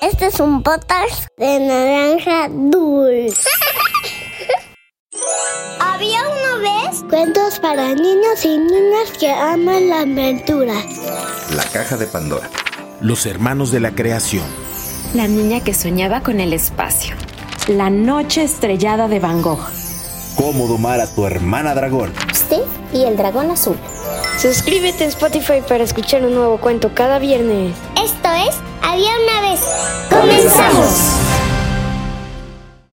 Este es un podcast de naranja dulce. Había una vez cuentos para niños y niñas que aman las aventuras. La caja de Pandora. Los hermanos de la creación. La niña que soñaba con el espacio. La noche estrellada de Van Gogh. Cómo domar a tu hermana dragón. Steve Este y el dragón azul. Suscríbete en Spotify para escuchar un nuevo cuento cada viernes. Esto es Había una vez. ¡Comenzamos!